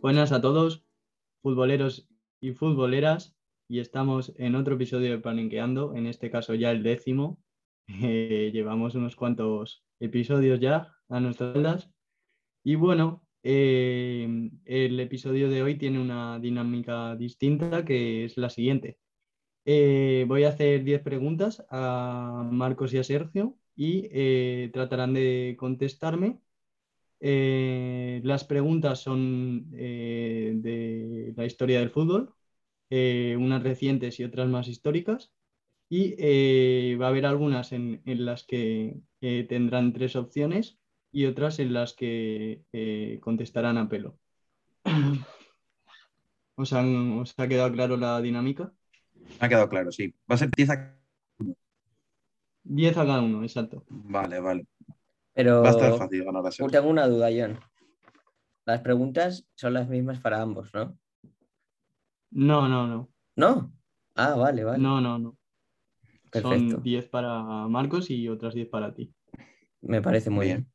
Buenas a todos, futboleros y futboleras, y estamos en otro episodio de Paninqueando, en este caso ya el décimo. Eh, llevamos unos cuantos episodios ya a nuestras espaldas. Y bueno, eh, el episodio de hoy tiene una dinámica distinta que es la siguiente. Eh, voy a hacer 10 preguntas a Marcos y a Sergio y eh, tratarán de contestarme eh, las preguntas son eh, de la historia del fútbol, eh, unas recientes y otras más históricas. Y eh, va a haber algunas en, en las que eh, tendrán tres opciones y otras en las que eh, contestarán a pelo. ¿Os, han, ¿Os, ha quedado claro la dinámica? Me ha quedado claro, sí. Va a ser 10 a cada uno. 10 a cada uno, exacto. Vale, vale. Pero Va a estar fácil ganar a Tengo una duda, John. Las preguntas son las mismas para ambos, ¿no? No, no, no. ¿No? Ah, vale, vale. No, no, no. Perfecto. Son 10 para Marcos y otras 10 para ti. Me parece muy bien. bien.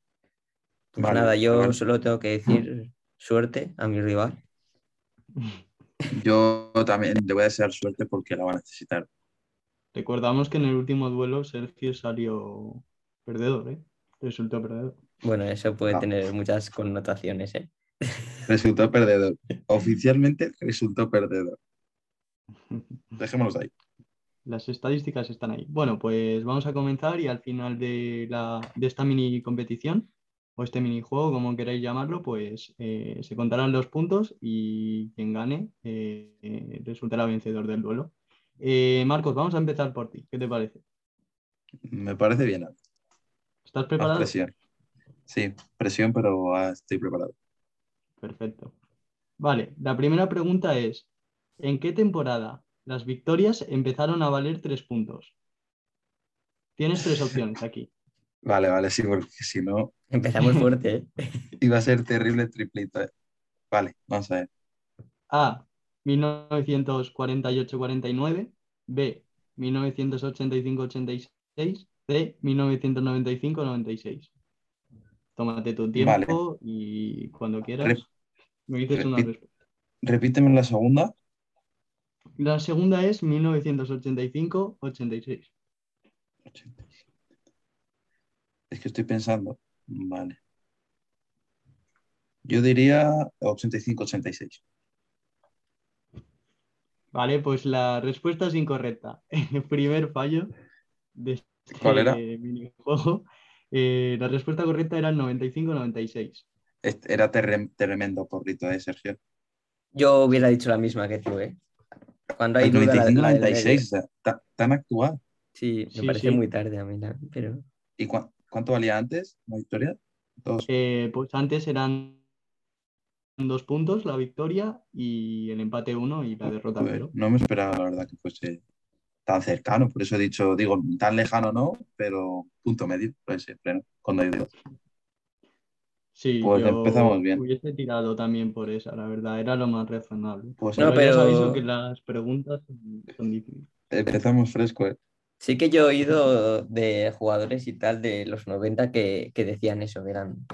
Pues vale, nada, yo vale. solo tengo que decir suerte a mi rival. Yo también le voy a desear suerte porque la va a necesitar. Recordamos que en el último duelo Sergio salió perdedor, ¿eh? Resultó perdedor. Bueno, eso puede ah. tener muchas connotaciones, ¿eh? Resultó perdedor. Oficialmente resultó perdedor. Dejémonos ahí. Las estadísticas están ahí. Bueno, pues vamos a comenzar y al final de, la, de esta mini competición o este minijuego, como queráis llamarlo, pues eh, se contarán los puntos y quien gane eh, resultará vencedor del duelo. Eh, Marcos, vamos a empezar por ti. ¿Qué te parece? Me parece bien. ¿Estás preparado? Presión. Sí, presión, pero ah, estoy preparado. Perfecto. Vale, la primera pregunta es, ¿en qué temporada las victorias empezaron a valer tres puntos? Tienes tres opciones aquí. vale, vale, sí, porque si no... Empezamos fuerte, ¿eh? Iba a ser terrible triplito. ¿eh? Vale, vamos a ver. A, 1948-49, B, 1985-86 de 1995-96. Tómate tu tiempo vale. y cuando quieras Rep me dices Repi una respuesta. Repíteme la segunda. La segunda es 1985-86. Es que estoy pensando. Vale. Yo diría 85-86. Vale, pues la respuesta es incorrecta. El primer fallo de este ¿Cuál era? minijuego. Eh, la respuesta correcta era el 95-96. Este era tremendo porrito, ¿eh, Sergio? Yo hubiera dicho la misma que tú, ¿eh? Cuando hay el 95-96, tan actual. Sí, me sí, parece sí. muy tarde a mí, ¿no? pero... ¿Y cu cuánto valía antes la victoria? Dos. Eh, pues antes eran dos puntos la victoria y el empate uno y la derrota Joder, cero. Pues No me esperaba, la verdad, que fuese tan cercano, por eso he dicho, digo, tan lejano no, pero punto medio puede ser, pleno, cuando hay dos. Sí, pues yo empezamos bien. Hubiese tirado también por esa, la verdad, era lo más razonable. Pues no, pero, ya aviso que las preguntas son difíciles. Empezamos fresco, ¿eh? Sí que yo he oído de jugadores y tal de los 90 que, que decían eso, eran...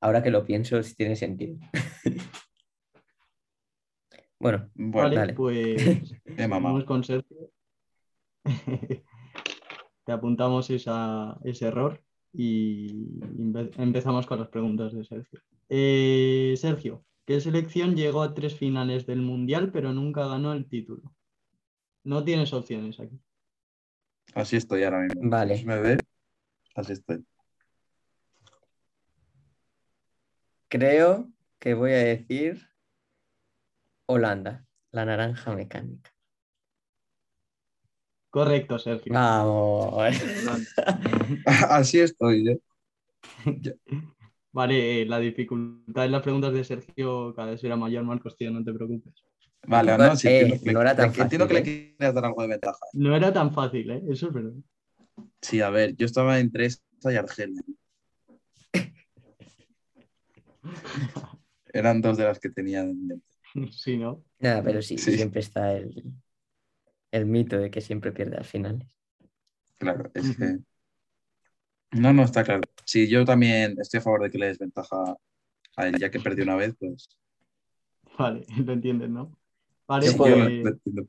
Ahora que lo pienso, si tiene sentido. bueno, bueno, vale, dale. pues vamos con Sergio. te apuntamos esa, ese error y empezamos con las preguntas de Sergio. Eh, Sergio, ¿qué selección llegó a tres finales del Mundial pero nunca ganó el título? No tienes opciones aquí. Así estoy ahora mismo. Vale. Si me ve, así estoy. Creo que voy a decir Holanda, la naranja mecánica. Correcto, Sergio. Ah. Vamos. Así estoy ¿eh? yo. Vale, eh, la dificultad en las preguntas de Sergio cada vez era mayor, Marcos, tío, no te preocupes. Vale, no, sí, eh, no era tan ¿eh? fácil. Entiendo que le quieres dar algo de ventaja. No era tan fácil, ¿eh? Eso es verdad. Sí, a ver, yo estaba entre esta y Argelia. Eran dos de las que tenía en mente. Sí, ¿no? Nada, pero sí, sí. siempre está el, el mito de que siempre pierde al final. Claro, es que. No, no, está claro. Sí, yo también estoy a favor de que le desventaja a él, ya que perdió una vez, pues. Vale, lo entiendes, ¿no? Yo Vale, Sí, puedo- yo lo entiendo.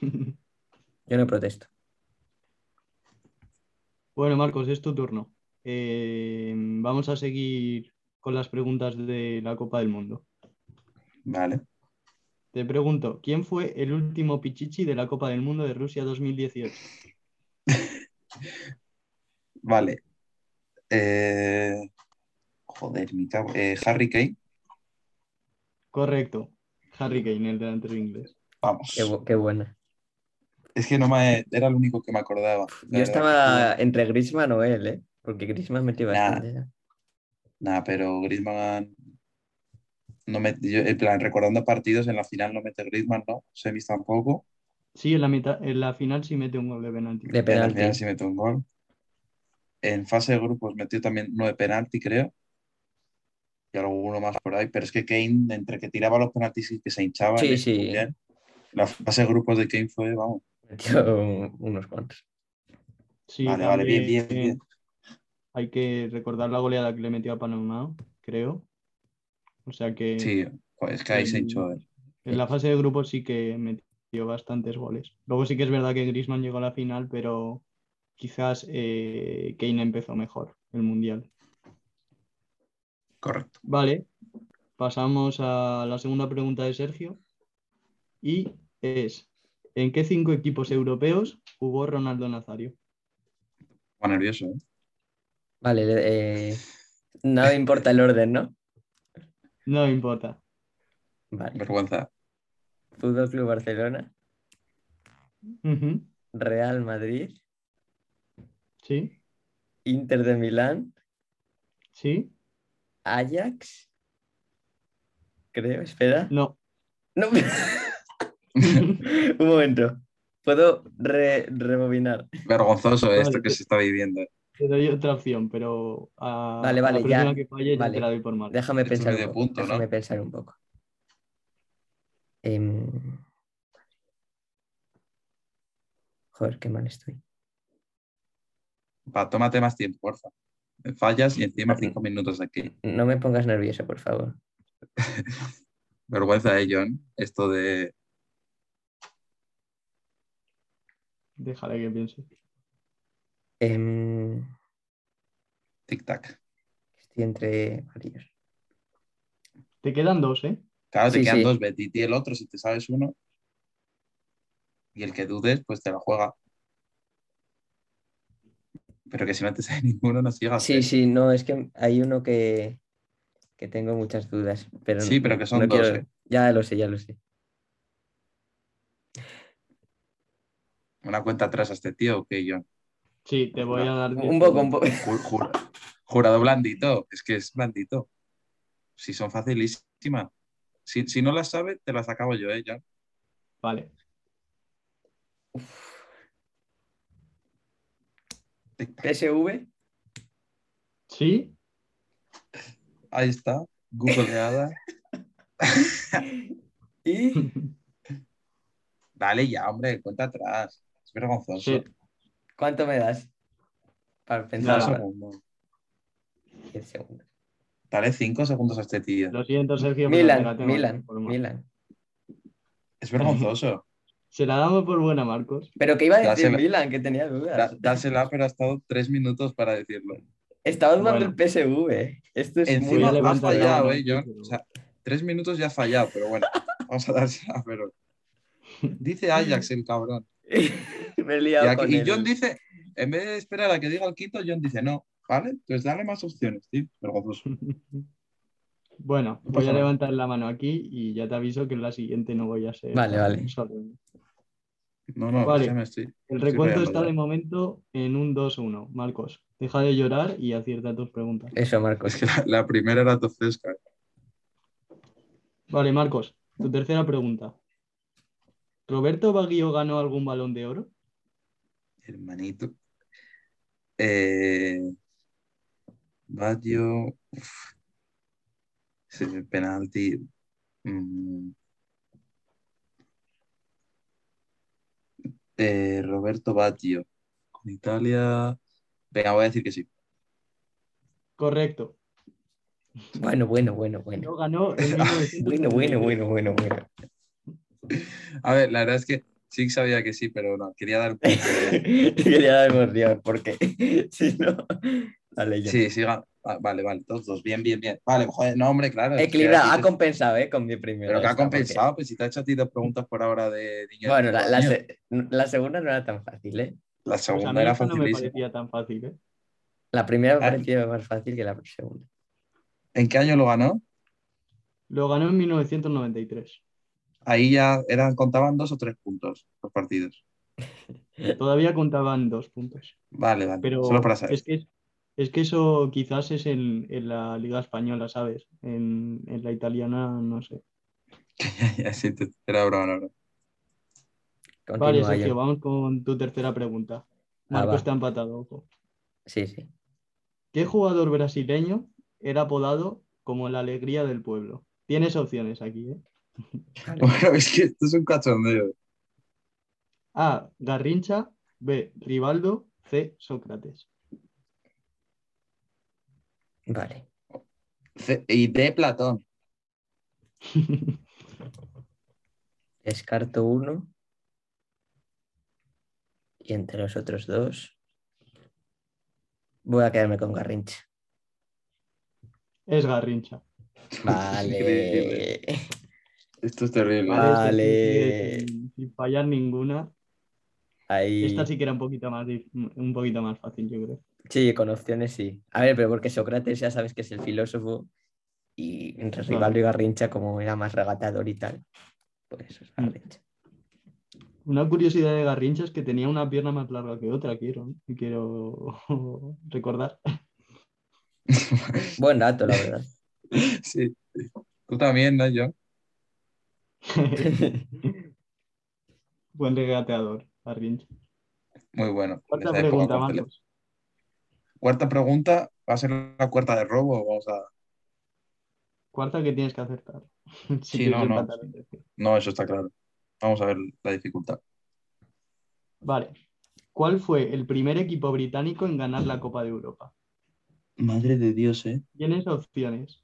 eh, Yo no protesto. Bueno, Marcos, es tu turno. Eh, vamos a seguir con las preguntas de la Copa del Mundo. Vale. Te pregunto, ¿quién fue el último pichichi de la Copa del Mundo de Rusia 2018? Vale. Eh, joder, mi cago. eh, Harry Kane. Correcto, Harry Kane, el delantero inglés. Vamos. Qué, bu- qué buena. Es que no me era el único que me acordaba. la Yo verdad. estaba entre Griezmann o él, ¿eh? Porque Griezmann metió Nah. bastante. ¿eh? ya. Nah, pero Griezmann. No me... yo, en plan, recordando partidos, en la final no mete Griezmann, ¿no? Semis tampoco. Sí, en la mitad, en la final sí mete un gol de penalti. De En la penalti. final sí mete un gol. En fase de grupos metió también uno de penalti, creo. Y alguno más por ahí. Pero es que Kane, entre que tiraba los penaltis y que se hinchaba. Sí, en eso sí. también, La fase de grupos de Kane fue, vamos. Metió un- unos cuantos. Sí, vale, vale, bien, bien, también bien. Hay que recordar la goleada que le metió a Panamá, creo. O sea que Sí, joder, es que ahí se hinchó. eh. en la fase de grupos sí que metió bastantes goles. Luego sí que es verdad que Griezmann llegó a la final, pero quizás eh, Kane empezó mejor el mundial. Correcto. Vale, pasamos a la segunda pregunta de Sergio. Y es, ¿en qué cinco equipos europeos jugó Ronaldo Nazario? Más nervioso, ¿eh? Vale, eh, no me importa el orden, ¿no? No me importa. Vale. Vergüenza. Fútbol Club Barcelona, Ujú, Real Madrid, Sí, Inter de Milán, sí, Ajax. Creo, espera. no. No. Un momento. ¿Puedo re- rebobinar? Vergonzoso esto Vale. que se está viviendo. Te doy otra opción, pero a, Vale, a vale, la próxima ya. que falle ya Vale. te la doy por mal. Déjame Esto pensar medio un poco. punto, ¿no? déjame pensar un poco. Em, Joder, qué mal estoy. Va, tómate más tiempo, porfa. Me fallas y encima cinco minutos aquí. No me pongas nervioso, por favor. Vergüenza, eh, John. Esto de. Déjale que piense. Em, Tic-tac. estoy entre varios. Te quedan dos, ¿eh? Claro, te Sí, quedan sí. dos, Betty y el otro, si te sabes uno. Y el que dudes, pues te la juega. Pero que si no te sabes ninguno, no sigas. Sí, eh. sí, no, es que hay uno que, que tengo muchas dudas, pero Sí, pero que son no dos, quiero- eh. Ya lo sé, ya lo sé. Una cuenta atrás a este tío, ok, John. Sí, te voy a dar. diez Un poco, un segundos. poco. Ju- jura- jurado blandito, es que es blandito. Si son facilísimas. Si, si no las sabes, te las acabo yo, ¿eh, John? Vale. Tic-tac. PSV, Sí, Ahí está, googleada. y Dale ya, hombre, cuenta atrás. Es vergonzoso. Sí. ¿cuánto me das? Para pensar Dale Nada. ahora. segundos. 10 segundos. Dale cinco segundos a este tío. lo siento, Sergio. pero te la Milan, tengo que Milan, informar. Milan. Es vergonzoso. Se la damos por buena, Marcos. Pero que iba a decir Dásela. Milan, que tenía dudas. Da- dásela, pero ha estado tres minutos para decirlo. Estaba dudando Bueno. el PSV. Esto es Encima muy Voy a has levantar la fallado, mano. ¿eh, John? O sea, tres minutos ya has fallado, pero bueno, vamos a dársela, pero. Dice Ajax el cabrón. me he Y, liado aquí- con y el- John dice, en vez de esperar a que diga el quinto, John dice, no, ¿vale? Pues dale más opciones, tío. Vergonzoso. Bueno, No voy pasa a nada. levantar la mano aquí y ya te aviso que en la siguiente no voy a ser. Vale, vale. solo. No, no, Vale. ya me estoy. El Estoy recuento rayando está ya. de momento en un 2-1. Marcos, deja de llorar y acierta tus preguntas. Eso, Marcos. Es que la, la primera era tu fresca. Vale, Marcos, tu tercera pregunta. ¿Roberto Baguio ganó algún balón de oro? Hermanito. Eh, Baggio. Uf. Ese penalti. Mm. Eh, Roberto Baggio. Con Italia. Venga, voy a decir que sí. Correcto. Bueno, bueno, bueno, No bueno. ganó en 1993. Bueno, bueno, bueno, bueno, bueno. A ver, la verdad es que sí sabía que sí, pero no, quería dar. Quería dar emoción, porque si no. Dale, yo. Sí, sí, ga- ah, vale, vale, todos dos, bien, bien, bien. Vale, joder, no, hombre, claro. es que a ti Equilibra, ha te- compensado, ¿eh? Con mi primera. Pero que ha esta, porque- compensado, pues si te ha hecho a ti dos preguntas por ahora de pues, niño. de Bueno, la, la cuatro años. se- la segunda no era tan fácil, ¿eh? La Pues a segunda mí era esta no me facilísima. parecía tan fácil, ¿eh? La primera me Ah. parecía más fácil que la segunda. ¿En qué año lo ganó? Lo ganó en 1993. Ahí ya eran, contaban dos o tres puntos los partidos. Todavía contaban dos puntos. Vale, vale. Pero Solo para saber. Es, que, es que eso quizás es en, en la Liga Española, ¿sabes? En, en la italiana, no sé. Ya, sí, te- era broma, no, no. Continúa Vale, yo. Sergio, vamos con tu tercera pregunta. Ah, Marco va. está empatado, ojo. Sí, sí. ¿Qué jugador brasileño era apodado como la alegría del pueblo? Tienes opciones aquí, ¿eh? Bueno, es que esto es un cachondeo. A. Garrincha. B. Rivaldo. C. Sócrates. Vale. C- Y de Platón. Descarto uno. Y entre los otros dos. Voy a quedarme con Garrincha. Es Garrincha. Vale. Increíble. Esto es terrible. Vale. este sí sigue Sin, sin fallar ninguna. Ahí. Esta sí que era un poquito más, dif- un poquito más fácil, yo creo. Sí, con opciones sí. A ver, pero porque Sócrates ya sabes que es el filósofo y entre Claro. Rivaldo y Garrincha, como era más regatador y tal, pues eso es Mm. Garrincha. Una curiosidad de Garrincha es que tenía una pierna más larga que otra, quiero, quiero recordar. Buen dato, la verdad. Sí. Tú también, ¿no? Yo. Buen regateador, Garrincha. Muy bueno. en Cuarta esa época, pregunta, cuarta- Marcos. Cuarta pregunta, ¿va a ser la cuarta de robo o vamos a...? Cuarta que tienes que acertar. Si Sí, quieres no, no. empatar el tercero. No, eso está claro. Vamos a ver la dificultad. Vale. ¿Cuál fue el primer equipo británico en ganar la Copa de Europa? Madre de Dios, ¿eh? Tienes opciones.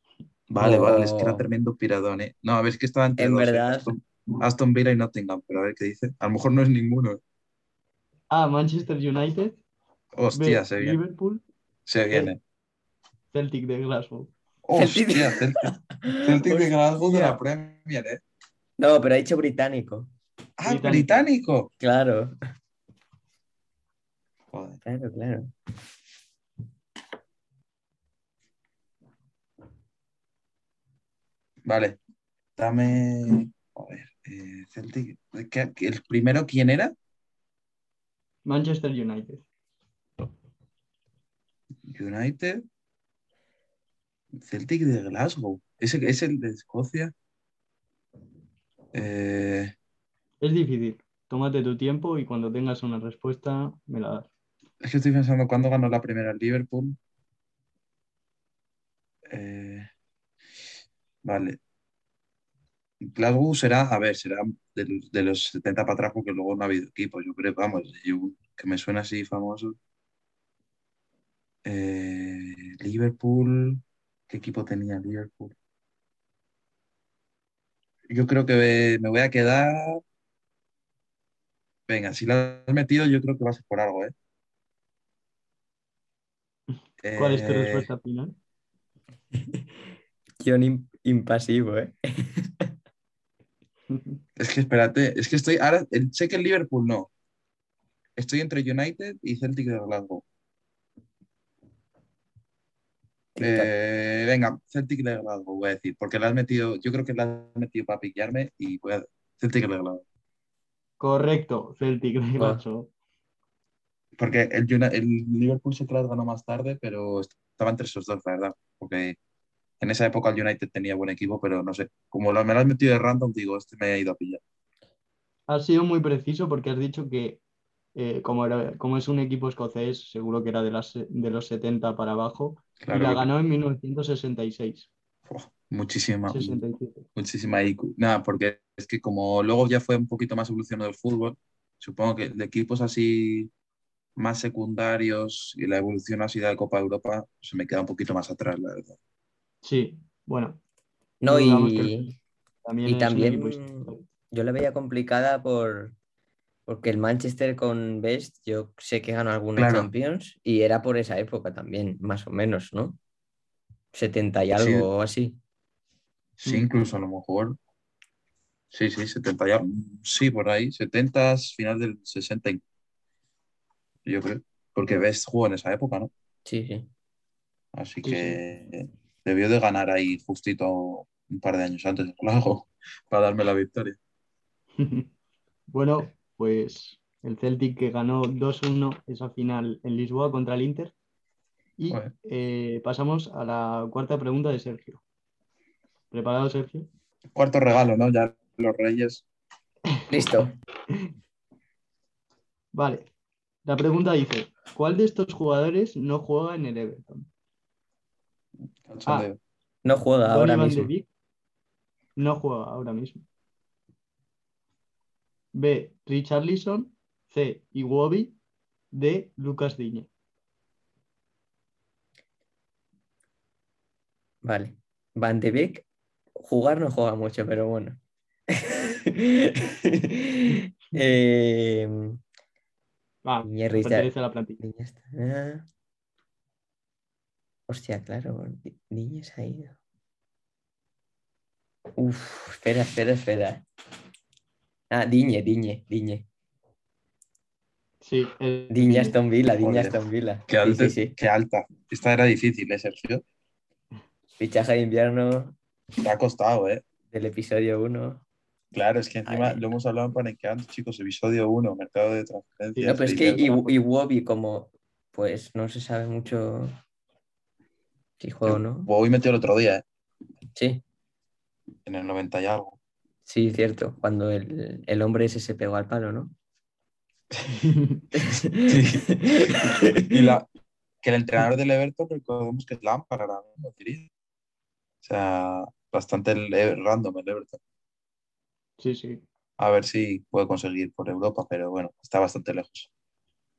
Vale, vale, es Oh. que era tremendo piradón, ¿eh? No, a ver, es que estaba entre En dos, ¿eh? verdad. Aston, Aston Villa y Nottingham, pero a ver qué dice. A lo mejor no es ninguno. A. Manchester United. Hostia, B. se viene. Liverpool. Se viene. Celtic de Glasgow. Eh, Celtic. Hostia, Celtic, Celtic de Glasgow de la Hostia. Premier, ¿eh? No, pero ha dicho británico. ¡Ah, Británico. británico! Claro, Joder. claro, claro. Vale. Dame... A ver, eh, Celtic... ¿qué- qué- ¿El primero quién era? Manchester United. United. Celtic de Glasgow. ¿Es el, es el de Escocia? Eh, Es difícil. Tómate tu tiempo y cuando tengas una respuesta me la das. es que estoy pensando cuándo ganó la primera el Liverpool. Eh, vale. Glasgow será, a ver, será de, de los 70 para atrás porque luego no ha habido equipo. Yo creo, vamos, yo- que me suena así famoso. Eh, Liverpool, ¿qué equipo tenía Liverpool? Yo creo que me voy a quedar. Venga, si la has metido, yo creo que va a ser por algo, ¿eh? ¿Cuál es tu Eh, respuesta final? Guión im- impasivo, ¿eh? Es que espérate, es que estoy ahora, el- sé que el Liverpool no. Estoy entre United y Celtic de Glasgow. Eh, venga, Celtic de Glasgow voy a decir, porque la has metido, yo creo que la has metido para piquearme y voy a Celtic de Glasgow. Correcto, Celtic de Glasgow. Porque el, Uni- el Liverpool se claro ganó más tarde, pero estaba entre esos dos, la verdad. Porque en esa época el United tenía buen equipo, pero no sé, como lo- me lo has metido de random, digo, este me ha ido a pillar. Has sido muy preciso porque has dicho que eh, como, era- como es un equipo escocés, seguro que era de, las, de los 70 para abajo, Claro, y la que- ganó en 1966. muchísima, 67. muchísima IQ. Nada, porque es que como luego ya fue un poquito más evolucionado el fútbol, supongo que de equipos así más secundarios y la evolución así de la Copa de Europa se me queda un poquito más atrás, la verdad. Sí, bueno, No, Digamos y también Y es un también- equipo histórico. yo la veía complicada por porque el Manchester con Best, yo sé que ganó alguna Claro. Champions y era por esa época también, más o menos, ¿no? 70 y Sí. algo o así. Sí, Mm. incluso a lo mejor. Sí, sí, 70 ya. Sí, por ahí. 70, final del 60. y- Yo creo. Porque Mm. Best jugó en esa época, ¿no? Sí, sí. Así Sí, que debió de ganar ahí justito un par de años antes del juego para darme la victoria. Bueno, pues el Celtic que ganó 2-1 esa final en Lisboa contra el Inter. Y Joder. eh, pasamos a la cuarta pregunta de Sergio. ¿Preparado, Sergio? Cuarto regalo, ¿no? Ya los Reyes. Listo. Vale. La pregunta dice, ¿cuál de estos jugadores no juega en el Everton? Ah. cachondeo. No juega Donny ahora van de mismo. Beek no juega ahora mismo. B. Richarlison. C. Iwobi. D. Lucas Diña. Vale. Van de Beek, jugar no juega mucho, pero bueno. eh, Ah, Iñárritu- pertenece a la plantilla. Niña está. Hostia, claro, Ni- Niña se ha ido. Uf, espera, espera, espera. Ah, Diñe, Diñe, Diñe. Sí, el- Diñe Aston Villa, Diñe Joder. Aston Villa. Qué, Sí, alta, sí, sí. qué alta. Esta era difícil, ¿eh, Sergio? Fichaje de invierno Te ha costado, ¿eh? del episodio 1. Claro, es que encima Ay. lo hemos hablado en Panequeando, chicos. Episodio 1, mercado de transferencias. No, pero es de que invierno. Iw- Iwobi, como pues no se sabe mucho si juega o no. Hoy metió el otro día, ¿eh? Sí, en el 90 y algo. sí, cierto. Cuando el, el hombre ese se pegó al palo, ¿no? Y la, que el entrenador del Everton, recordemos que es Lampard ahora mismo, diría. O sea, bastante el- el random el Everton. sí, sí. A ver si puede conseguir por Europa, pero bueno, está bastante lejos.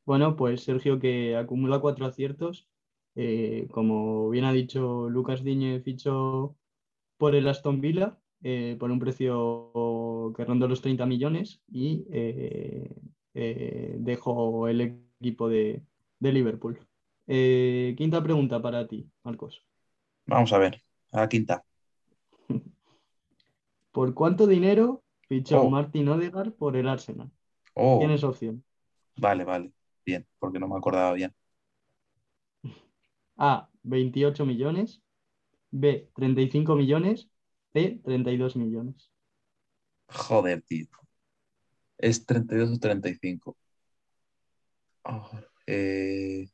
Bueno, pues Sergio que acumula cuatro aciertos. Eh, como bien ha dicho Lucas Diñe, fichó por el Aston Villa eh, por un precio que rondó los 30 millones y eh, eh, dejó el equipo de, de Liverpool. Eh, quinta pregunta para ti, Marcos. Vamos a ver, a la quinta. ¿Por cuánto dinero fichó Oh. Martin Odegaard por el Arsenal? Oh, Tienes opción. vale, vale. Bien, porque no me acordaba bien. A, 28 millones. B, 35 millones. C, 32 millones. Joder, tío. Es 32 o 35. Ah, eh,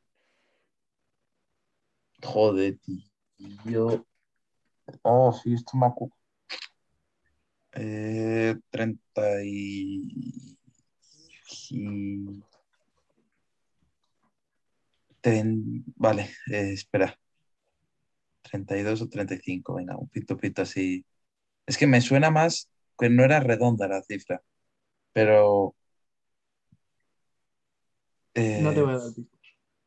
Joder, tío. Oh, sí, esto me acu- Eh, 30 y... y- ten- Vale, eh, espera. 32 o 35, venga, un pito pito así. Es que me suena más que no era redonda la cifra, pero... No te eh, voy a dar pistas.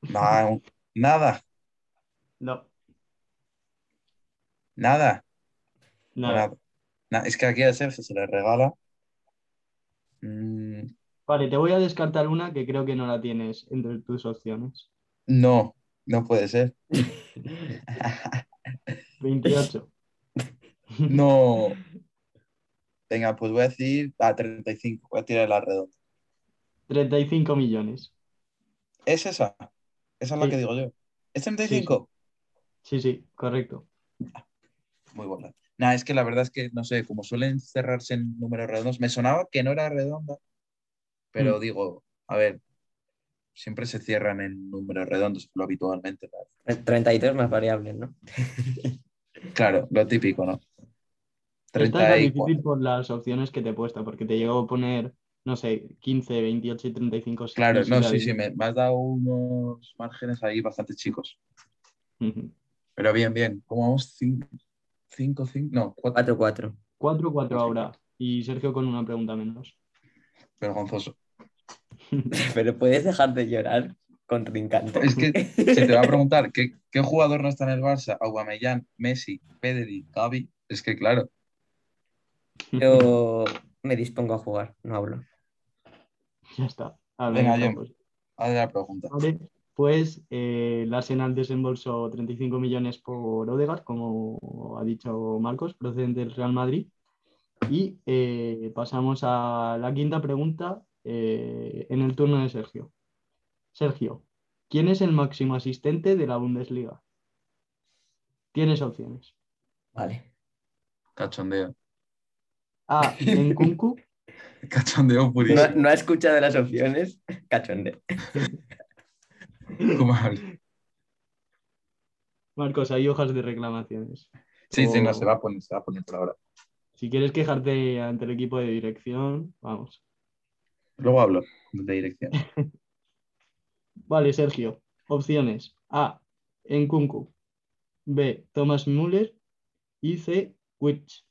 no, nada, No, nada, nada. nada. Na- es que aquí a Sergio se le regala. Mm, Vale, te voy a descartar una que creo que no la tienes entre tus opciones. no, no puede ser. 28. No. Venga, pues voy a decir a 35, voy a tirar la redonda. 35 millones. ¿Es esa? Esa es la Sí. que digo yo. ¿Es 35? Sí, sí, correcto. Muy buena. Nada, es que la verdad es que, no sé, como suelen cerrarse en números redondos, me sonaba que no era redonda, pero Mm. digo, a ver, siempre se cierran en números redondos, lo habitualmente. ¿no? 32 más variables, ¿no? Claro, lo típico, ¿no? Esta era 34. difícil por las opciones que te he puesto, porque te llegó a poner, no sé, 15, 28 y 35. Claro, sé no, la sí, di- sí, me, me has dado unos márgenes ahí bastante chicos. Pero bien, bien. ¿Cómo vamos? 5, 5, no, 4, 4-4. 4-4 ahora. Y Sergio con una pregunta menos. vergonzoso. Pero puedes dejar de llorar. contrincante. Es que se te va a preguntar ¿qué, qué jugador no está en el Barça, Aguamellán, Messi, Pedri, Gavi. Es que claro, Yo me dispongo a jugar, no hablo. Ya está. Venga, Hablemos, Jem. pues. haz la pregunta. Vale, pues eh, el Arsenal desembolsó 35 millones por Odegaard, como ha dicho Marcos, procedente del Real Madrid. Y eh, pasamos a la quinta pregunta eh, en el turno de Sergio. Sergio, ¿quién es el máximo asistente de la Bundesliga? Tienes opciones. Vale. Cachondeo. A. Nkunku. Cachondeo purísimo. No, no ha escuchado las opciones. Cachonde. ¿Cómo hablo? Marcos, hay hojas de reclamaciones. Sí, sí, no, O- se va a poner, se va a poner por ahora. Si quieres quejarte ante el equipo de dirección, vamos. Luego hablo de dirección. Vale, Sergio. Opciones. A. Nkunku. B. Thomas Müller. Y C. Witch.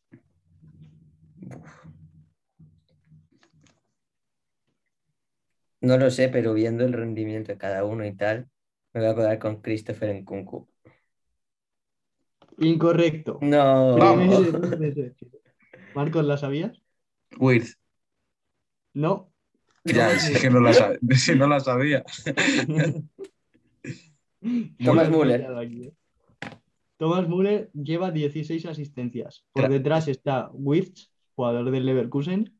No lo sé, pero viendo el rendimiento de cada uno y tal, me voy a quedar con Christopher Nkunku. Incorrecto. No. Vamos. Marcos, ¿la sabías? Weird. No. Ya, es que no la, sab- si no la sabía. Thomas Müller. Müller. ¿eh? Thomas Müller lleva 16 asistencias. Por Gra- detrás está Wirtz, jugador del Leverkusen.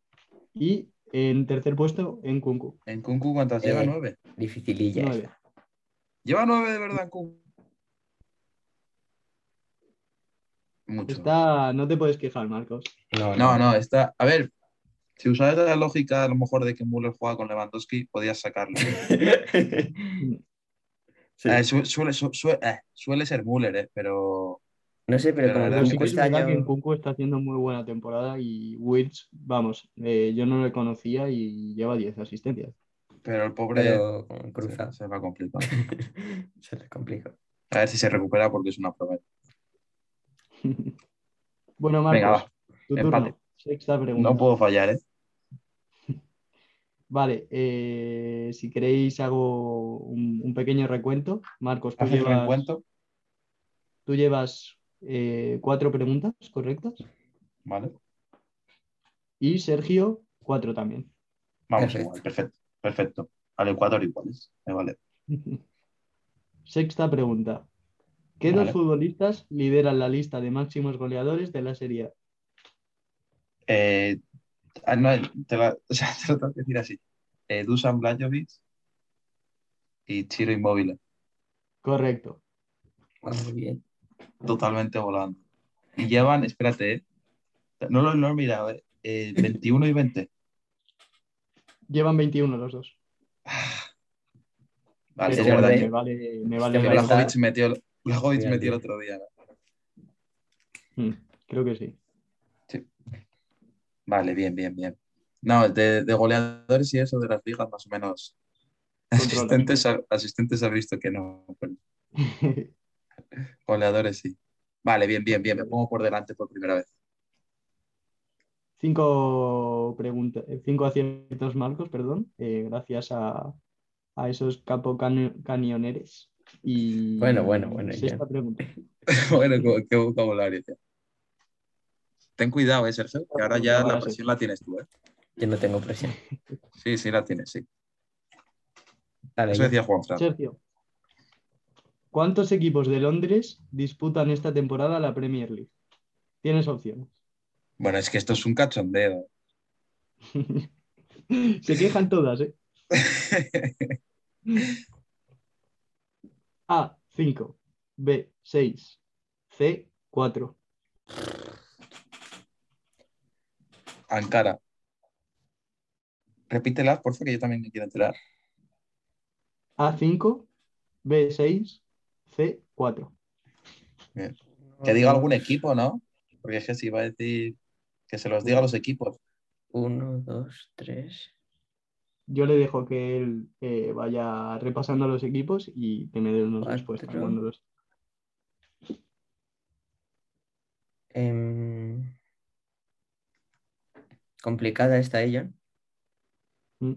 Y en tercer puesto, Nkunku. ¿En Kunku cuántas Eh. lleva? Nueve. Dificililla. Nueve. esta. Lleva nueve de verdad, Kunku. Mucho. Está... No te puedes quejar, Marcos. No, No, no, está. A ver, si usabas la lógica a lo mejor de que Müller juega con Lewandowski, podías sacarlo. Sí. Eh, su- suele, su- su- eh, suele ser Müller, eh, pero No sé, pero Pero como la Pero verdad Kunku sí que es este verdad que año- Nkunku está haciendo muy buena temporada y Wills, vamos, eh, yo no le conocía y lleva 10 asistencias. pero el pobre pero se- cruzado. se va a complicar. Se les complica. A ver si se recupera porque es una prueba. bueno, Venga, Marcos, tu empate. turno. Sexta pregunta. No puedo fallar, ¿eh? Vale, eh, si queréis hago un, un pequeño recuento. Marcos, tú Haces llevas, reencuentro, tú llevas eh, cuatro preguntas correctas ¿vale? y Sergio cuatro también. Vamos Perfecto. igual, perfecto, perfecto. Al Ecuador iguales, me vale. Sexta pregunta. ¿Qué Vale. dos futbolistas lideran la lista de máximos goleadores de la Serie A? Eh, ah, no, te, la- o sea, te lo tengo que decir así. Eh, Dusan Blajovic y Chiro Inmóvil, Correcto. Va muy bien. totalmente volando. Y llevan, espérate, eh, no lo no lo he mirado, eh, eh, 21 y 20. Llevan 21 los dos. Ah. Vale, Pero es bueno, verdad me que vale, me vale Este la- hombre Blajovic metió, Blajovic Mira, metió el tío. otro día. ¿no? Mm, Creo que sí. Vale, bien, bien, bien. No, de, de goleadores y eso de las ligas, más o menos. Controla. Asistentes ha, asistentes ha visto que no, pero goleadores sí. Vale, bien, bien, bien. Me pongo por delante por primera vez. cinco preguntas, cinco aciertos marcos, perdón, eh, gracias a, a esos capo cani- cañoneres. Y Bueno, bueno, bueno, Sexta pregunta. Bueno, co- qué vocabulario. tío. Ten cuidado, eh, Sergio, que ahora ya Ahora la sí. presión la tienes tú, eh. Yo no tengo presión. Sí, sí, la tienes, sí. Dale, Eso decía Juanfran. Sergio, ¿cuántos equipos de Londres disputan esta temporada la Premier League? Tienes opciones. Bueno, es que esto es un cachondeo. Se quejan todas, ¿eh? A, 5. B, 6. C, 4. Ankara. Repítelas, por favor, que yo también me quiero enterar. A5, B6, C4. Que diga algún equipo, ¿no? Porque es que si va a decir que se los diga a los equipos. Uno, dos, tres. Yo le dejo que él eh, vaya repasando los equipos y que me dé una Cuatro. respuesta. cuando los- Em, Complicada esta, ella. Mm.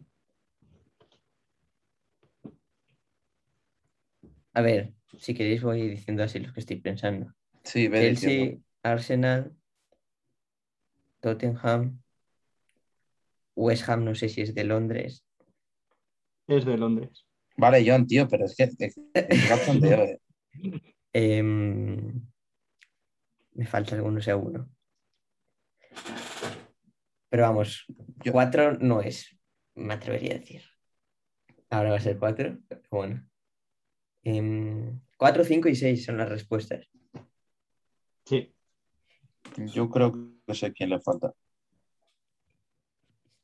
A ver, si queréis voy diciendo así los que estoy pensando. Sí, ve Chelsea, diciendo. Arsenal, Tottenham, West Ham, no sé si es de Londres. Es de Londres. Vale, John, tío, pero es que es, es cachondeo, eh. Em, me falta alguno seguro. Pero vamos, Yo- cuatro no es, me atrevería a decir. Ahora va a ser cuatro, pero bueno. Em, cuatro, cinco y seis son las respuestas. Sí. Yo creo que sé quién le falta.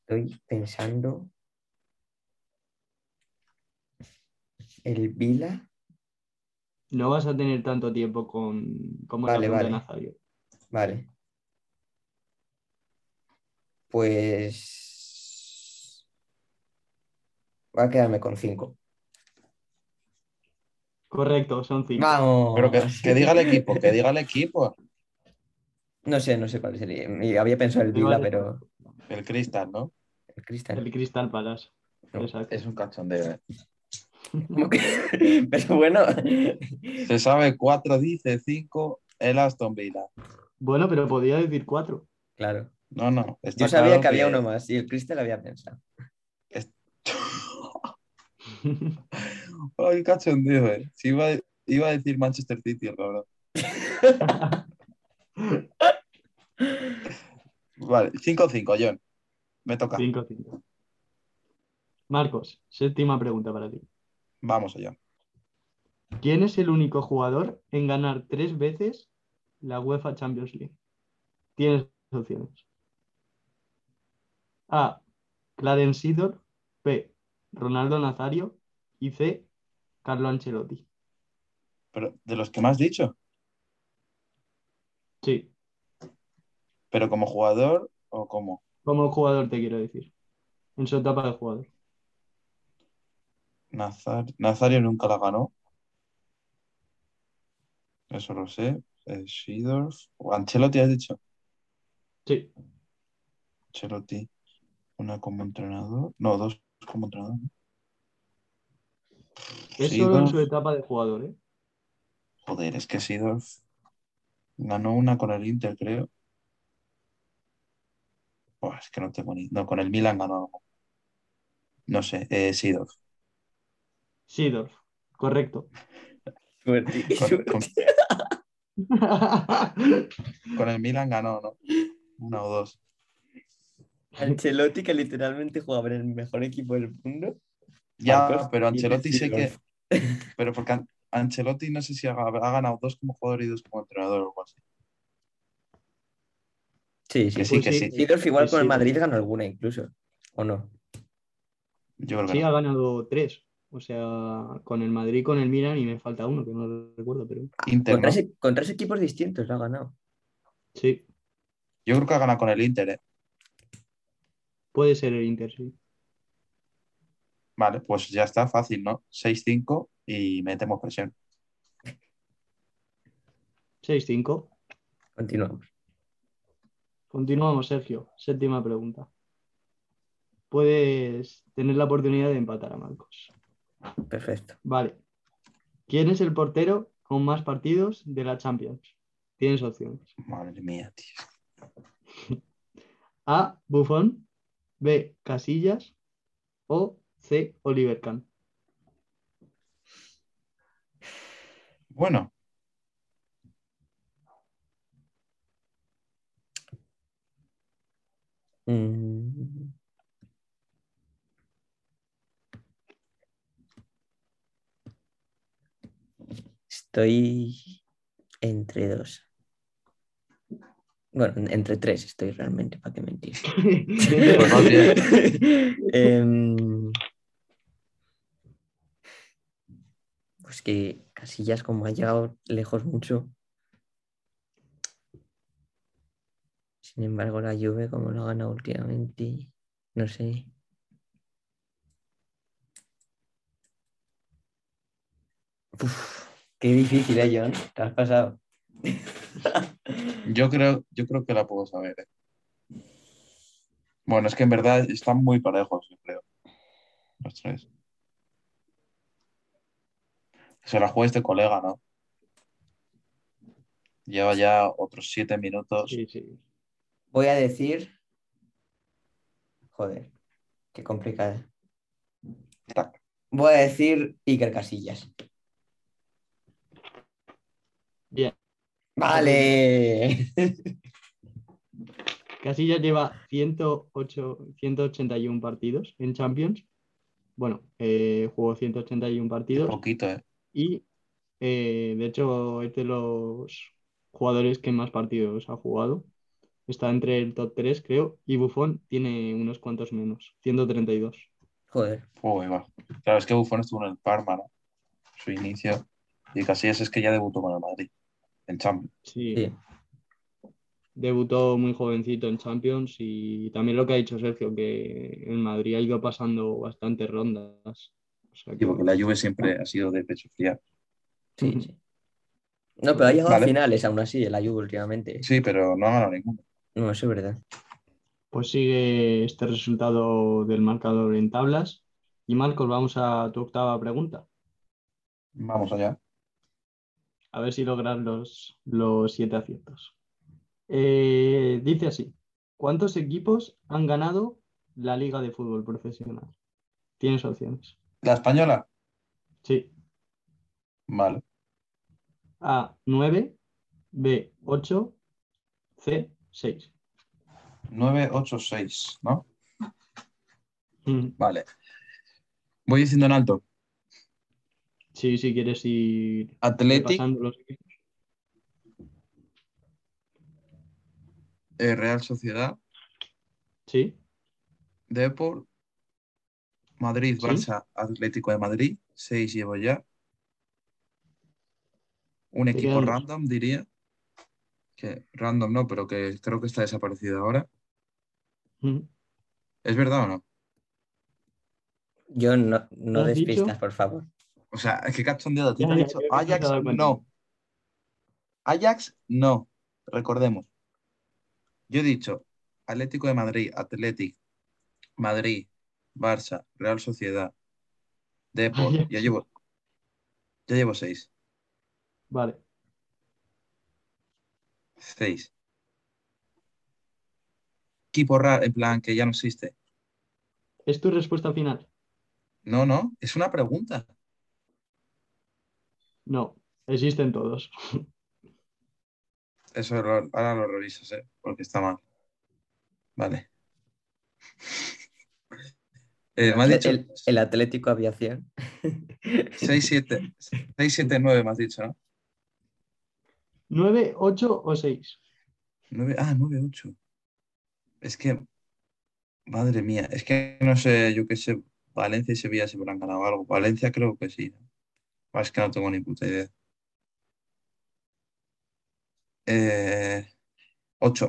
Estoy pensando. El Vila. No vas a tener tanto tiempo con como Vale, la vale. de Nazario. Vale. Pues. Voy a quedarme con cinco. Correcto, son cinco. Vamos. Pero que, que diga el equipo, que diga el equipo. No sé, no sé cuál sería. Me Había pensado el Vila, Igual- pero El Cristal, ¿no? el Cristal. El Crystal Palace. No, Exacto. Es un cachondeo, eh. Como que- Pero bueno, Se sabe cuatro, dice cinco, el Aston Villa. Bueno, pero podía decir cuatro. claro. No, no. está Yo sabía Pues claro que había uno más y el Cristal había pensado. Ay, cachondeo, eh. Si iba, iba a decir Manchester City, el cabrón. Vale, 5-5, John. Me toca. Cinco, cinco. Marcos, séptima pregunta para ti. Vamos allá. ¿Quién es el único jugador en ganar tres veces la UEFA Champions League? Tienes opciones. A. Clarence Seedorf. B. Ronaldo Nazario. Y C. Carlo Ancelotti. Pero de los que me has dicho, Sí, pero como jugador o como. como jugador te quiero decir. En su etapa de jugador. Nazar- Nazario nunca la ganó. Eso lo sé. Eh, Seedorf. o Ancelotti, has dicho. Sí, Ancelotti. Una como entrenador. No, dos como entrenador. ¿no? es solo en Seedorf. su etapa de jugador, ¿eh? Joder, es que Seedorf ganó una con el Inter, creo. Buah, es que no tengo ni. No, con el Milan ganó algo. No sé, eh, Seedorf. Seedorf, correcto. Suerte, qué Con, suerte. con- con el Milan ganó, ¿no? Una o dos. Ancelotti, que literalmente jugaba en el mejor equipo del mundo. Ya, Marcos, pero y Ancelotti sé que. Seedorf. Pero porque An- Ancelotti no sé si ha, ha ganado dos como jugador y dos como entrenador o algo así. Sí, sí. Que sí, Pues que sí. sí. Seedorf igual Sí, con el sí. Madrid ganó alguna incluso, ¿o no? Yo creo que Sí, no. ha ganado tres. O sea, con el Madrid, con el Milan y me falta uno que no recuerdo, pero Inter, Con ¿no? tres, e- con tres equipos distintos lo ha ganado. sí, Yo creo que ha ganado con el Inter, ¿eh? puede ser el Inter, sí. Vale, pues ya está fácil, ¿no? 6-5 y metemos presión. 6-5. Continuamos. Continuamos, Sergio. Séptima pregunta. Puedes tener la oportunidad de empatar a Marcos. Perfecto. Vale. ¿Quién es el portero con más partidos de la Champions? Tienes opciones. Madre mía, tío. A. Buffon. B. Casillas. O C. Oliver Kahn. Bueno, Mm. Estoy entre dos. Bueno, en- entre tres estoy realmente, ¿para qué mentir? Pues no, Em, pues que Casillas, como ha llegado lejos mucho. Sin embargo, la Juve, como lo ha ganado últimamente, no sé. Uf, qué difícil, ¿eh, John? Te has pasado. yo creo, yo creo que la puedo saber, ¿eh? Bueno, es que en verdad están muy parejos, yo creo. Los tres. Se la juega este colega, ¿no? Lleva ya otros siete minutos. Sí, sí. Voy a decir. Joder, qué complicada. Tac. Voy a decir Iker Casillas. Bien. Vale. Casillas lleva 108, 181 partidos en Champions. Bueno, eh, jugó 181 partidos. Poquito, ¿eh? Y eh, de hecho es de los jugadores que más partidos ha jugado. Está entre el top 3, creo, y Buffon tiene unos cuantos menos, 132. Joder. Uy, va. Claro, es que Buffon estuvo en el Parma, ¿no? Su inicio. Y Casillas es que ya debutó con el Madrid. En Champions. Sí. Sí. Debutó muy jovencito en Champions y también lo que ha dicho Sergio, que en Madrid ha ido pasando bastantes rondas. O sea que- Y porque la Juve siempre ha sido de pecho fría. Sí, sí. No, pero ha llegado Vale. a finales aún así, el Juve últimamente. Sí, pero no ha ganado ninguno. No, eso es verdad. Pues sigue este resultado del marcador en tablas. Y Marcos, vamos a tu octava pregunta. Vamos allá. A ver si logras los, los siete aciertos. Eh, dice así: ¿Cuántos equipos han ganado la Liga de Fútbol Profesional? Tienes opciones. ¿La española? Sí. Vale. A 9, B 8, C 6. 986, ¿no? Mm, Vale. Voy diciendo en alto. Sí, si quieres ir Athletic, repasando los equipos. eh, Real Sociedad, Sí, Depor, Madrid, Sí. Barça, Atlético de Madrid. Seis llevo ya. Un Te equipo quedan dos. random, diría. Que random no, pero que creo que está desaparecido ahora. Mm. ¿Es verdad o no? Yo no, no ¿Has des dicho? pistas, por favor. O sea, es que cachondeado. Ya, Te he ya, dicho creo que sí te has Ajax, dado cuenta. no. Ajax, no. Recordemos. Yo he dicho Atlético de Madrid, Athletic, Madrid, Barça, Real Sociedad, Depor. Ajax. Ya llevo, ya llevo seis. vale. Seis. Equipo raro, en plan que ya no existe. ¿Es tu respuesta final? No, no, es una pregunta. No, existen todos. Eso lo- ahora lo revisas, ¿eh? Porque está mal. Vale. Eh, me has dicho El, el Atlético Aviación. 6, 7, 6, 7, 9, me has dicho, ¿no? 9, 8 o 6. 9, ah, 9, 8. Es que, madre mía, es que no sé, yo qué sé, Valencia y Sevilla se habrán ganado algo. Valencia creo que sí. Ah, Es que no tengo ni puta idea. Eh, 8.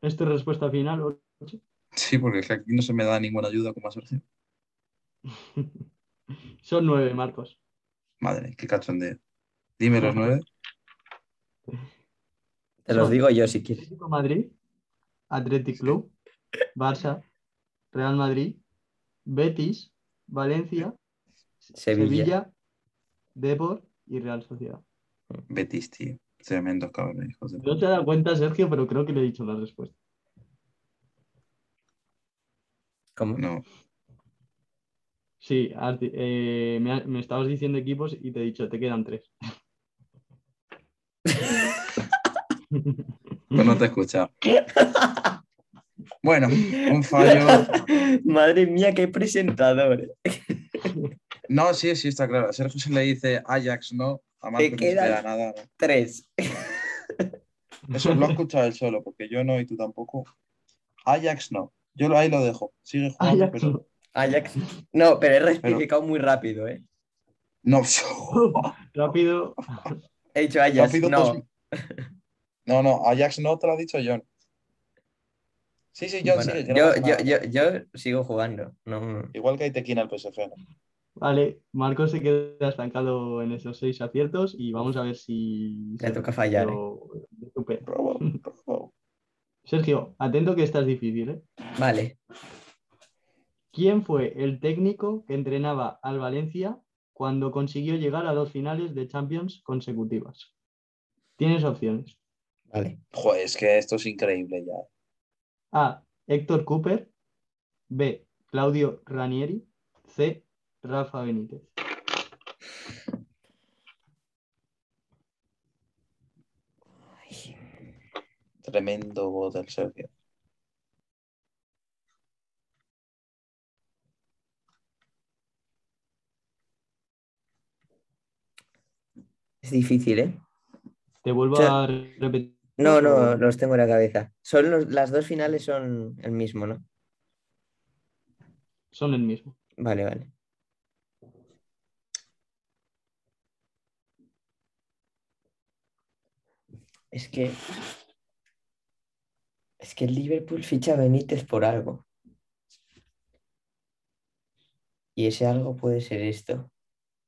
¿Es tu Este respuesta final? o- Sí, porque es que aquí no se me da ninguna ayuda con más opción. Son 9, Marcos. Madre, qué cachondeo. Dime los 9. Te los Son- digo yo si quieres. Atlético Madrid, Athletic Club, Barça, Real Madrid, Betis, Valencia, Sevilla. Sevilla, Depor y Real Sociedad. Betis, tío. Tremendos cabrones, hijos de No te das cuenta, Sergio, pero creo que le he dicho la respuesta. ¿Cómo? No, Sí, has di- eh, me, ha- me estabas diciendo equipos y te he dicho, te quedan tres. pues no te he escuchado. Bueno, un fallo. Madre mía, qué presentador. No, sí, sí, está claro. A Sergio se le dice Ajax, ¿no? A Marco no se le quedas- da nada. ¿no? Tres. Eso lo ha escuchado él solo, porque yo no y tú tampoco. Ajax no. Yo lo- ahí lo dejo. Sigue jugando, Ajax, pero. Ajax. Ah, No, pero he rectificado muy rápido, ¿eh? No, rápido. He dicho Ajax. Rápido, no. dos- no, no, Ajax no te lo ha dicho John. Sí, sí, John, Bueno, sigue. que no yo, pasa yo, nada. yo, yo sigo jugando. No, Igual que hay tequila al PSG. ¿no? Vale, Marcos se queda estancado en esos seis aciertos y vamos a ver si Le toca fallar, ¿eh? lo- lo supera. Robo, robo. Sergio, atento que estás difícil, ¿eh? Vale. ¿Quién fue el técnico que entrenaba al Valencia cuando consiguió llegar a dos finales de Champions consecutivas? Tienes opciones. Vale. Joder, es que esto es increíble ya. A. Héctor Cooper. B. Claudio Ranieri. C. Rafa Benítez. Ay, Tremendo voz del Sergio. es difícil, ¿eh? Te vuelvo O sea, a re- repetir. No, no, los tengo en la cabeza. Son los- las dos finales son el mismo, ¿no? Son el mismo. Vale, vale. Es que. Es que el Liverpool ficha a Benítez por algo. Y ese algo puede ser esto.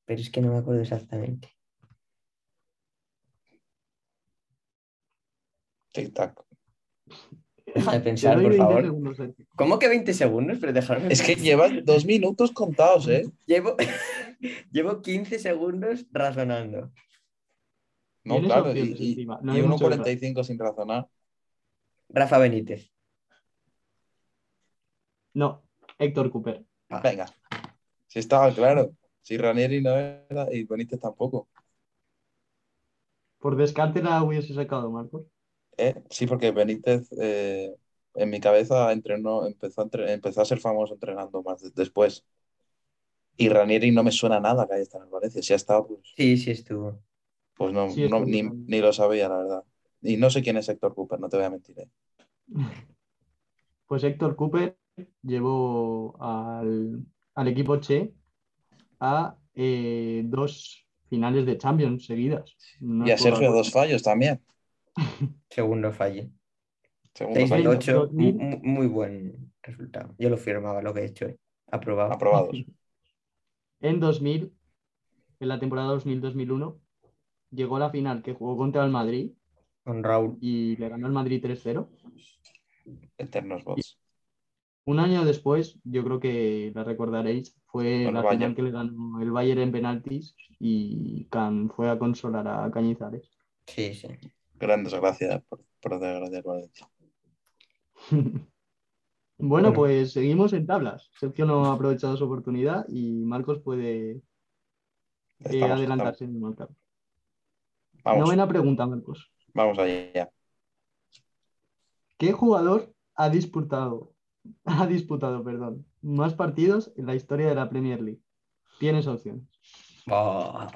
Pero es que no me acuerdo exactamente. Tic-tac. Deja de Te pensar, doy por 20 favor. segundos, eh. Sergio. ¿Cómo que 20 segundos? Pero dejarme. Es que llevan dos minutos contados, ¿eh? Llevo, llevo 15 segundos razonando. No, Tienes claro. opciones Y, y, encima, no y hay 1.45 sin razonar. Rafa Benítez. No, Héctor Cooper. Venga. Si estaba claro. Si Ranieri no era y Benítez tampoco. Por descarte la hubiese sacado, Marcos. ¿eh? Sí, porque Benítez eh, en mi cabeza entrenó, empezó, a entre- empezó a ser famoso entrenando más de- después. Y Ranieri no me suena nada que haya estado en el Valencia. Si ha estado, pues, Sí, sí estuvo. pues no, Sí, no- estuvo ni, también. ni lo sabía, la verdad. Y no sé quién es Héctor Cooper, no te voy a mentir. ¿eh? Pues Héctor Cooper llevó al, al equipo Che a eh, dos finales de Champions seguidas. No Y a es por Sergio algo. dos fallos también. Segundo falle. Segundo 6 del fallo. fallo. 8, Dos mil. mu- muy buen resultado. Yo lo firmaba lo que he hecho. hoy. Aprobado. Aprobados. En 2000, en la temporada 2000-2001, llegó a la final que jugó contra el Madrid Con Raúl. y le ganó el Madrid 3-0. Eternos bots. Un año después, yo creo que la recordaréis, fue Con la el Bayern. final que le ganó el Bayern en penaltis y Can fue a consolar a Cañizares. Sí, sí. Gran desgracia por, por desgracia del Valencia. Bueno, Bueno. pues seguimos en tablas. Sergio no ha aprovechado su oportunidad y Marcos puede eh, Estamos- adelantarse en una tabla. Vamos, Novena pregunta, Marcos. vamos allá. ¿Qué jugador ha disputado, ha disputado, perdón, más partidos en la historia de la Premier League? Tienes opciones. Bah,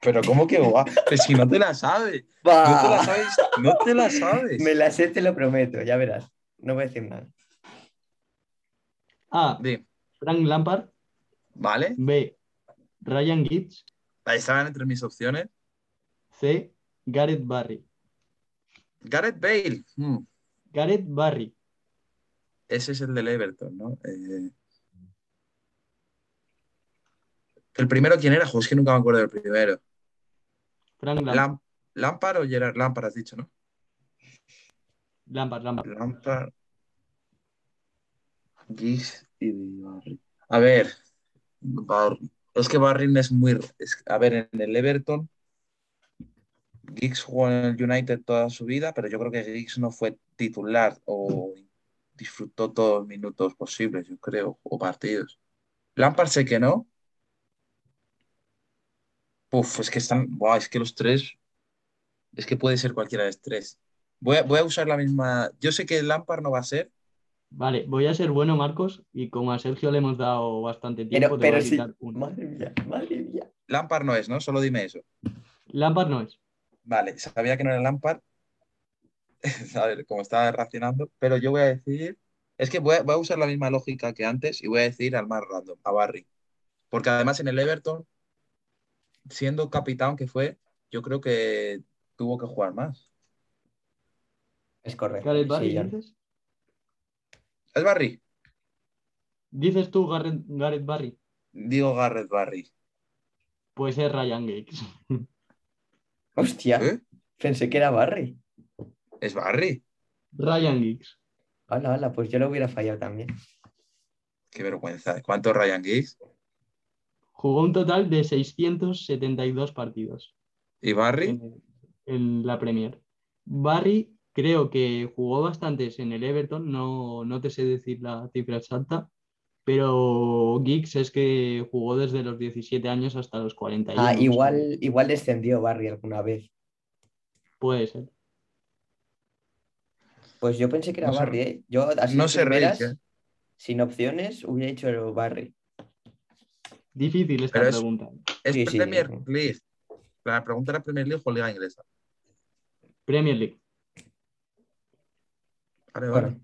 Pero ¿cómo que va? Pero si no te la sabes. No te la bah. sabes. No te la sabes. Me la sé, te lo prometo. Ya verás. No voy a decir nada. A. Di, Frank Lampard. ¿Vale? B. Ryan Giggs. Ahí estaban entre mis opciones. C. Gareth Barry. Gareth Bale. Mm, Gareth Barry. Ese es el del Everton, ¿no? Eh, El primero, ¿quién era? Joder, es que nunca me acuerdo del primero. Frank Lampard. Lam- ¿Lampard o Gerard Lampard has dicho, no? Lampard, Lampard. Lampard. Giggs y Barry. A ver, Barry. Es que Barry no es muy. es- a ver, en el Everton, Giggs jugó en el United toda su vida, pero yo creo que Giggs no fue titular o disfrutó todos los minutos posibles, yo creo, o partidos. Lampard sé que no. Puf, es que están. Buah, es que los tres. Es que puede ser cualquiera de los tres. Voy a, voy a usar la misma. Yo sé que el Lampard no va a ser. Vale, voy a ser bueno, Marcos, y como a Sergio le hemos dado bastante tiempo, Pero, te pero voy a sí. quitar uno. Madre mía, madre mía. Lampard no es, ¿no? Solo dime eso. Lampard no es. Vale, sabía que no era Lampard. A ver, como estaba racionando. Pero yo voy a decir. Es que voy a, voy a usar la misma lógica que antes y voy a decir al más random, a Barry. Porque además en el Everton, siendo capitán que fue, yo creo que tuvo que jugar más. Es correcto. Gareth sí, Barry, John. dices. ¿Es Barry? ¿Dices tú Gareth, Gareth Barry? Digo Garrett Barry. Pues es Ryan Giggs. Hostia, ¿Eh? pensé que era Barry. ¿Es Barry? Ryan Giggs. Hola, hola, pues yo lo hubiera fallado también. Qué vergüenza. ¿Cuántos Ryan Giggs? Jugó un total de 672 partidos ¿Y Barry? en, Eh, en la Premier. Barry creo que jugó bastantes en el Everton, no, no te sé decir la cifra exacta, pero Giggs es que jugó desde los 17 años hasta los 41. Ah, o sea, igual, igual descendió Barry alguna vez. Puede ser. Pues yo pensé que era No sé. Barry, ¿eh? Yo así No de sé, Rey, primeras, eh. ¿qué? sin opciones, hubiera hecho Barry. Difícil esta Pero es- pregunta. Es Sí, sí, Premier ojo. League. La pregunta era Premier League o Liga Inglesa. Premier League. Vale, vale. Bueno,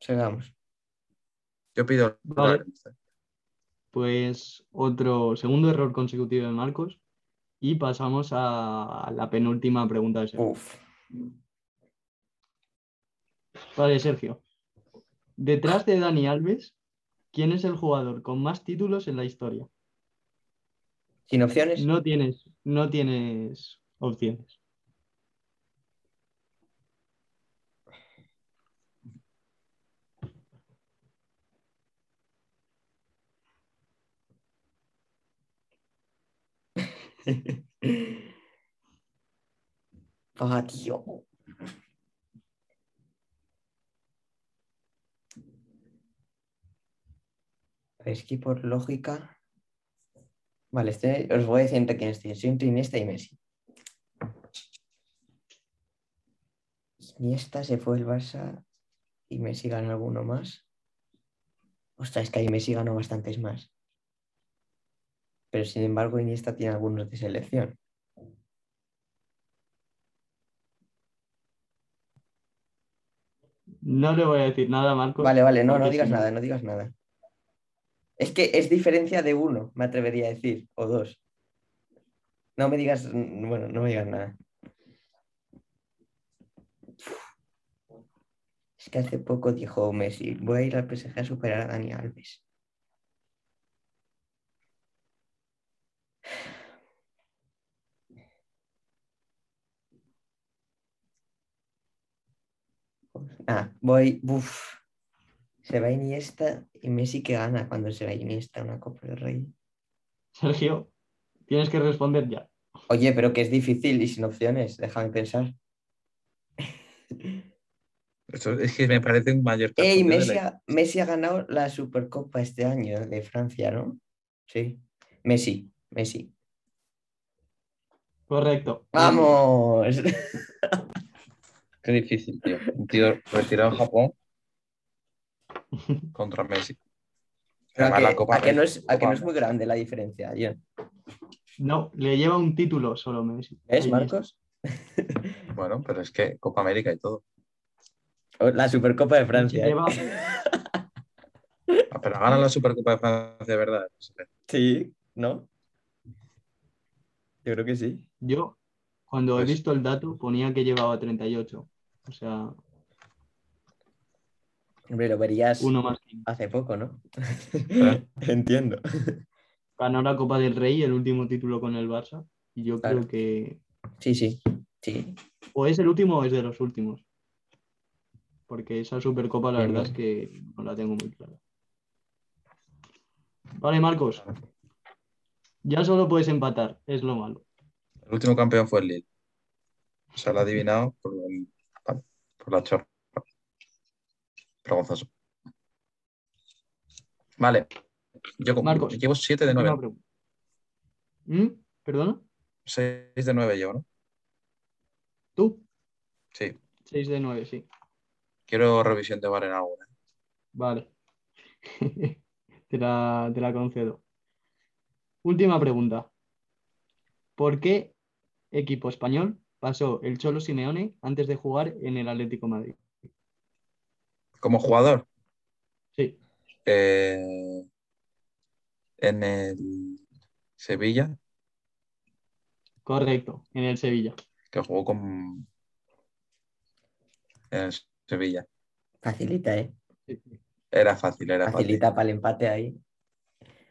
sigamos. Yo pido. Vale. eh, Pues otro segundo error consecutivo de Marcos. Y pasamos a la penúltima pregunta de Sergio. Uf. Vale, Sergio. Detrás de Dani Alves, ¿quién es el jugador con más títulos en la historia? Sin opciones, No tienes, no tienes opciones. Ah, tío. Es que por lógica. Vale, este, os voy a decir entre quién estoy. Soy entre Iniesta y Messi. Iniesta se fue el Barça y Messi ganó alguno más. Ostras, es que ahí Messi ganó bastantes más. Pero sin embargo, Iniesta tiene algunos de selección. No le voy a decir nada, Marcos. Vale, vale, no, no porque digas si no- nada, no digas nada. Es que es diferencia de uno, me atrevería a decir, o dos. No me digas, mm, bueno, no me digas nada. Es que hace poco dijo Messi, voy a ir al PSG a superar a Dani Alves. Ah, voy, uff. Se va Iniesta y Messi que gana cuando se va Iniesta una Copa del Rey. Sergio, tienes que responder ya. Oye, pero que es difícil y sin opciones, déjame pensar. Esto es que me parece un mayor. campeón Ey, de Messi la- ha, Messi ha ganado la Supercopa este año de Francia, ¿no? Sí. Messi, Messi. Mm. Correcto. ¡Vamos! Qué difícil, tío. Un tío retirado en Japón contra Messi. Pero a Además, que, la Copa a que no es, a que no es Copa- muy grande la diferencia, John. No, le lleva un título solo Messi. ¿Ves, Ahí Marcos? Bueno, pero es que Copa América y todo. La Supercopa de está. Francia. ¿eh? Lleva- Ah, Pero gana la Supercopa de Francia, de verdad. Sí, ¿no? Yo creo que sí. Yo, cuando Pues- he visto el dato, ponía que llevaba 38. O sea, ¿eh? Hombre, lo verías uno más. que- hace poco, ¿no? Claro. Entiendo. Ganó la Copa del Rey, el último título con el Barça. Y yo Claro. creo que Sí, sí, sí. O es el último o es de los últimos. Porque esa Supercopa, la Bien, verdad es bien. que no la tengo muy clara. Vale, Marcos. Ya solo puedes empatar, es lo malo. El último campeón fue el Lille. O sea, lo ha adivinado por, el- ah, por la chorra. Vergonzoso. Vale. Yo con- Marcos. llevo 7 de 9. Una pregunta. ¿Mm? ¿Perdona? 6 de 9 llevo, ¿no? ¿Tú? Sí. 6 de 9, sí. Quiero revisión de VAR en alguna. Vale. te, la, te la concedo. Última pregunta. ¿Por qué equipo español pasó el Cholo Simeone antes de jugar en el Atlético de Madrid? Como jugador, Sí. eh, en el Sevilla, Correcto, en el Sevilla. que jugó con. En el Sevilla. Facilita, ¿eh? Era fácil, era fácil. Facilita para el empate ahí.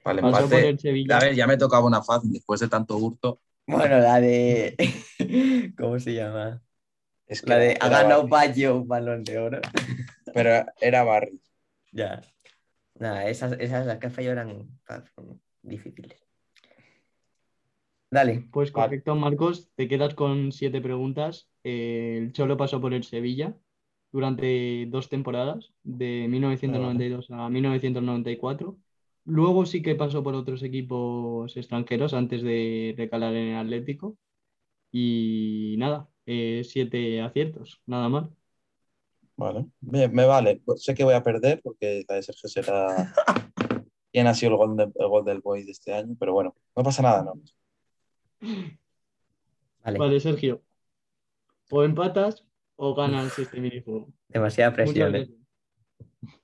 Para el Pasó por empate. el Sevilla. A ver, ya me tocaba una fácil después de tanto hurto. Bueno, la de. ¿Cómo se llama? Es que La de era- ha era ganado Barry. Bayo un balón de oro. Pero era Barry. Ya. Nada, esas, esas las que falló eran son difíciles. Dale, Pues Vale. correcto, Marcos, te quedas con siete preguntas. Eh, el Cholo pasó por el Sevilla durante dos temporadas, de 1992 a 1994. Luego sí que pasó por otros equipos extranjeros antes de recalar en el Atlético. Y nada, eh, siete aciertos, nada mal. Vale, bien, me vale. Pues sé que voy a perder porque la de Sergio será quién ha sido el gol, de- el gol del Boy de este año, pero bueno, no pasa nada, ¿no? vale. Vale, Sergio, o empatas o ganas este minijuego. Demasiada presión. Muchas eh. gracias.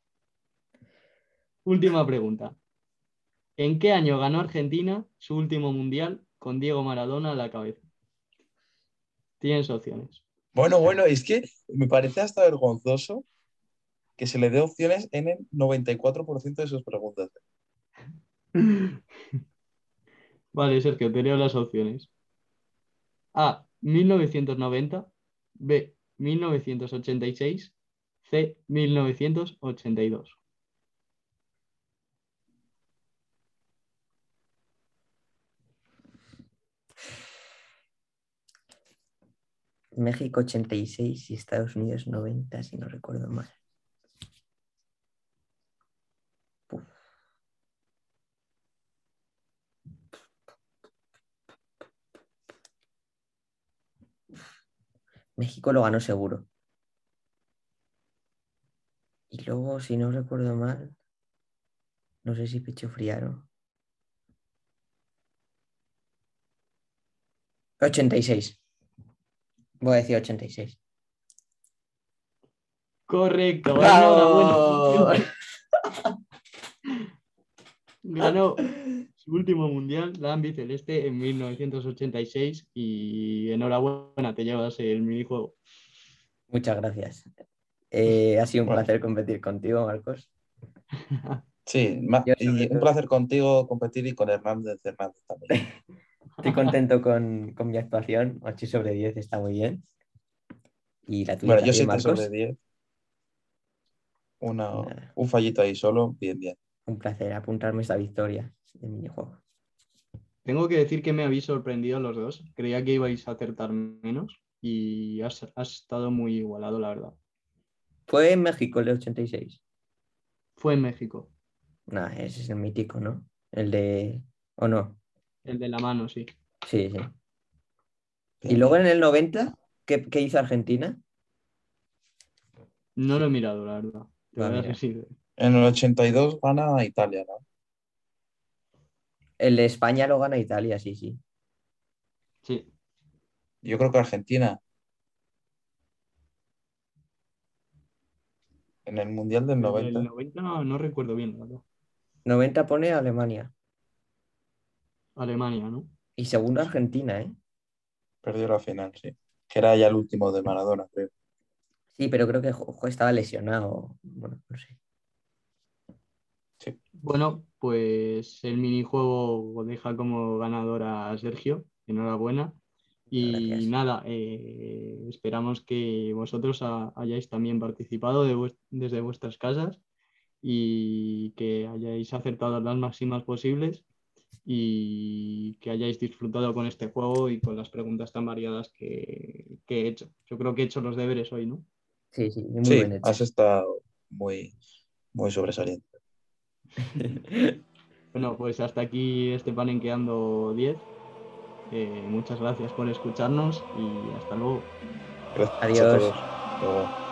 Última pregunta. ¿En qué año ganó Argentina su último mundial con Diego Maradona a la cabeza? Tienes opciones. Bueno, bueno, es que me parece hasta vergonzoso que se le dé opciones en el 94% de sus preguntas. Vale, Sergio, te leo las opciones. A. 1990. B. 1986. C. 1982. México 86 y Estados Unidos 90, si no recuerdo mal. Puf. México lo ganó seguro. Y luego, si no recuerdo mal, no sé si Pecho Friaro. 86. Voy a decir 86. Correcto. ¡Bravo! enhorabuena. Ganó su último mundial, la albiceleste, en 1986 y enhorabuena, te llevas el minijuego. Muchas gracias. Eh, ha sido un Bueno. placer competir contigo, Marcos. Sí, ma- Yo y sobre un todo. placer contigo competir y con Hernández Hernández también. Estoy contento con, con mi actuación. 8 sobre 10 está muy bien. Y la tuya Bueno, yo también, 7 Marcos. sobre 10. Una, Nada. un fallito ahí solo, bien, bien. Un placer apuntarme esta victoria de minijuego. Tengo que decir que me habéis sorprendido los dos. Creía que ibais a acertar menos y has, has estado muy igualado, la verdad. ¿Fue en México el de 86? Fue en México, Nah, ese es el mítico, ¿no? El de... ¿O no? el de la mano, sí. Sí, sí. ¿Y bien, luego bien. en el 90? ¿Qué, qué hizo Argentina? No lo he mirado, la verdad. Te voy Ah, a mira. decir. En el 82 gana Italia, ¿no? El de España lo gana Italia, sí, sí. Sí. Yo creo que Argentina. En el Mundial del El 90. 90 no, no recuerdo bien, la verdad. 90 pone Alemania. Alemania, ¿no? Y segundo Argentina, ¿eh? Perdió la final, sí. Que era ya el último de Maradona, creo. Sí, pero creo que jo- jo, estaba lesionado. Bueno, no sé. Bueno, pues el minijuego deja como ganadora a Sergio. Enhorabuena. Y Gracias. nada, eh, esperamos que vosotros ha- hayáis también participado de vues- desde vuestras casas y que hayáis acertado las máximas posibles y que hayáis disfrutado con este juego y con las preguntas tan variadas que, que he hecho. Yo creo que he hecho los deberes hoy, ¿no? Sí, sí, muy sí, bien hecho. has estado muy, muy sobresaliente. Bueno, pues hasta aquí este panenqueando 10. Eh, muchas gracias por escucharnos y hasta luego. Gracias a Adiós. todos. Hasta luego.